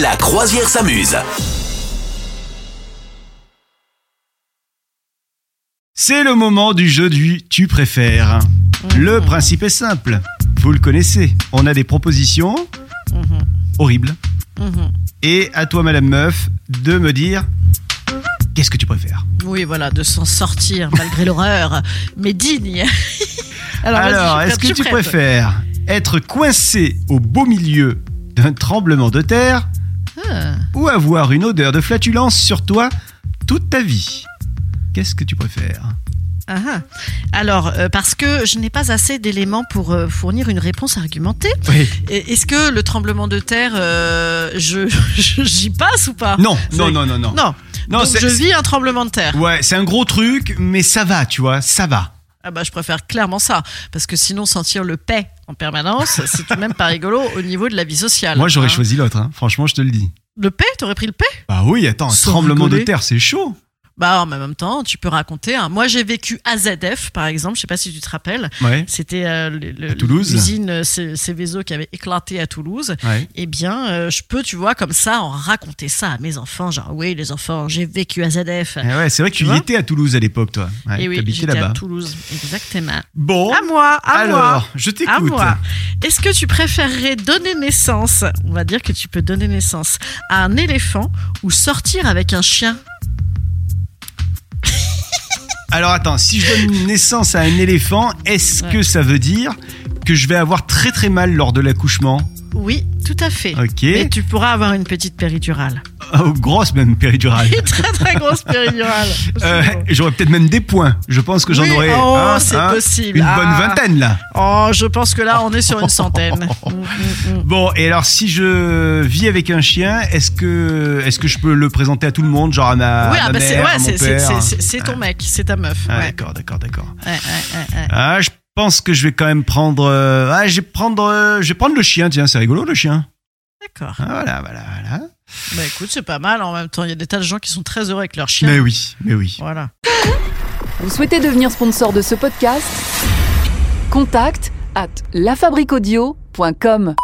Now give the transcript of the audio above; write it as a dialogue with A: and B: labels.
A: La croisière s'amuse.
B: C'est le moment du jeu du tu préfères.
C: Mm-hmm.
B: Le principe est simple. Vous le connaissez. On a des propositions
C: Mm-hmm.
B: horribles. Et à toi, Madame Meuf, de me dire qu'est-ce que tu préfères.
C: Oui, voilà, de s'en sortir malgré l'horreur, mais digne. Alors, vas-y, je suis
B: Alors,
C: prête,
B: est-ce que
C: je
B: tu
C: suis prête.
B: préfères être coincé au beau milieu d'un tremblement de terre
C: Ah.
B: ou avoir une odeur de flatulence sur toi toute ta vie Qu'est-ce que tu préfères
C: Ah, ah. Alors, euh, parce que je n'ai pas assez d'éléments pour euh, fournir une réponse argumentée,
B: Oui.
C: Et- est-ce que le tremblement de terre, euh, je je- j'y passe ou pas
B: Non,
C: C'est-
B: non, non, non, non.
C: Ah, Non,
B: Non,
C: donc
B: c'est-
C: je vis un tremblement de terre.
B: Ouais, c'est un gros truc, mais ça va, tu vois, ça va.
C: Ah bah, je préfère clairement ça, parce que sinon sentir le paix en permanence, c'est tout de même pas rigolo au niveau de la vie sociale.
B: Moi, j'aurais
C: hein.
B: choisi l'autre, hein. franchement, je te le dis.
C: Le paix T'aurais pris le paix
B: Bah oui, attends, un
C: Sans
B: tremblement de
C: rigoler.
B: terre, c'est chaud.
C: Bah, en même temps, tu peux raconter. hein. Moi, j'ai vécu AZF, par exemple. Je sais pas si tu te rappelles.
B: Ouais.
C: C'était euh, le- le-
B: À Toulouse.
C: l'usine euh, C- Céveso qui avait éclaté à Toulouse.
B: Ouais.
C: Eh bien, euh, je peux, tu vois, comme ça, en raconter ça à mes enfants. Genre, oui, les enfants, j'ai vécu AZF.
B: Eh ouais, c'est vrai que tu y
C: Tu vois
B: étais à Toulouse à l'époque, toi. Ouais,
C: Et Eh oui,
B: t'habitais
C: j'étais à
B: là-bas.
C: Toulouse, exactement.
B: Bon,
C: À moi, à
B: alors,
C: moi.
B: je
C: À
B: t'écoute.
C: moi. Est-ce que tu préférerais donner naissance, on va dire que tu peux donner naissance, à un éléphant ou sortir avec un chien
B: Alors attends, si je donne naissance à un éléphant, est-ce
C: Ouais.
B: que ça veut dire que je vais avoir très très mal lors de l'accouchement
C: Oui, tout à fait.
B: Ok.
C: Et tu pourras avoir une petite péridurale.
B: Oh, grosse même péridurale.
C: Une très très grosse péridurale.
B: Euh, J'aurais peut-être même des points. Je pense que j'en
C: Oui,
B: aurais
C: oh,
B: hein,
C: c'est
B: hein,
C: possible.
B: une
C: Ah.
B: bonne vingtaine là.
C: Oh, je pense que là, on est sur une centaine. Mm, mm, mm.
B: Bon, et alors si je vis avec un chien, est-ce que est-ce que je peux le présenter à tout le monde, genre à ma,
C: oui,
B: à
C: ah,
B: ma
C: bah, c'est
B: mère,
C: ouais,
B: à mon
C: c'est- c'est-
B: père hein
C: c'est- c'est- c'est ton mec, c'est ta meuf.
B: Ah,
C: ouais.
B: D'accord, d'accord, d'accord.
C: Ouais, ouais, ouais, ouais.
B: Ah, je pense que je vais quand même prendre. euh, ah, je vais prendre, euh, je vais prendre le chien. Tiens, c'est rigolo le chien.
C: D'accord.
B: Ah, voilà, voilà, voilà.
C: Bah écoute, c'est pas mal en même temps. Il y a des tas de gens qui sont très heureux avec leur chien.
B: Mais oui, mais oui.
C: Voilà.
D: Vous souhaitez devenir sponsor de ce podcast Contact à lafabriquaudio.com.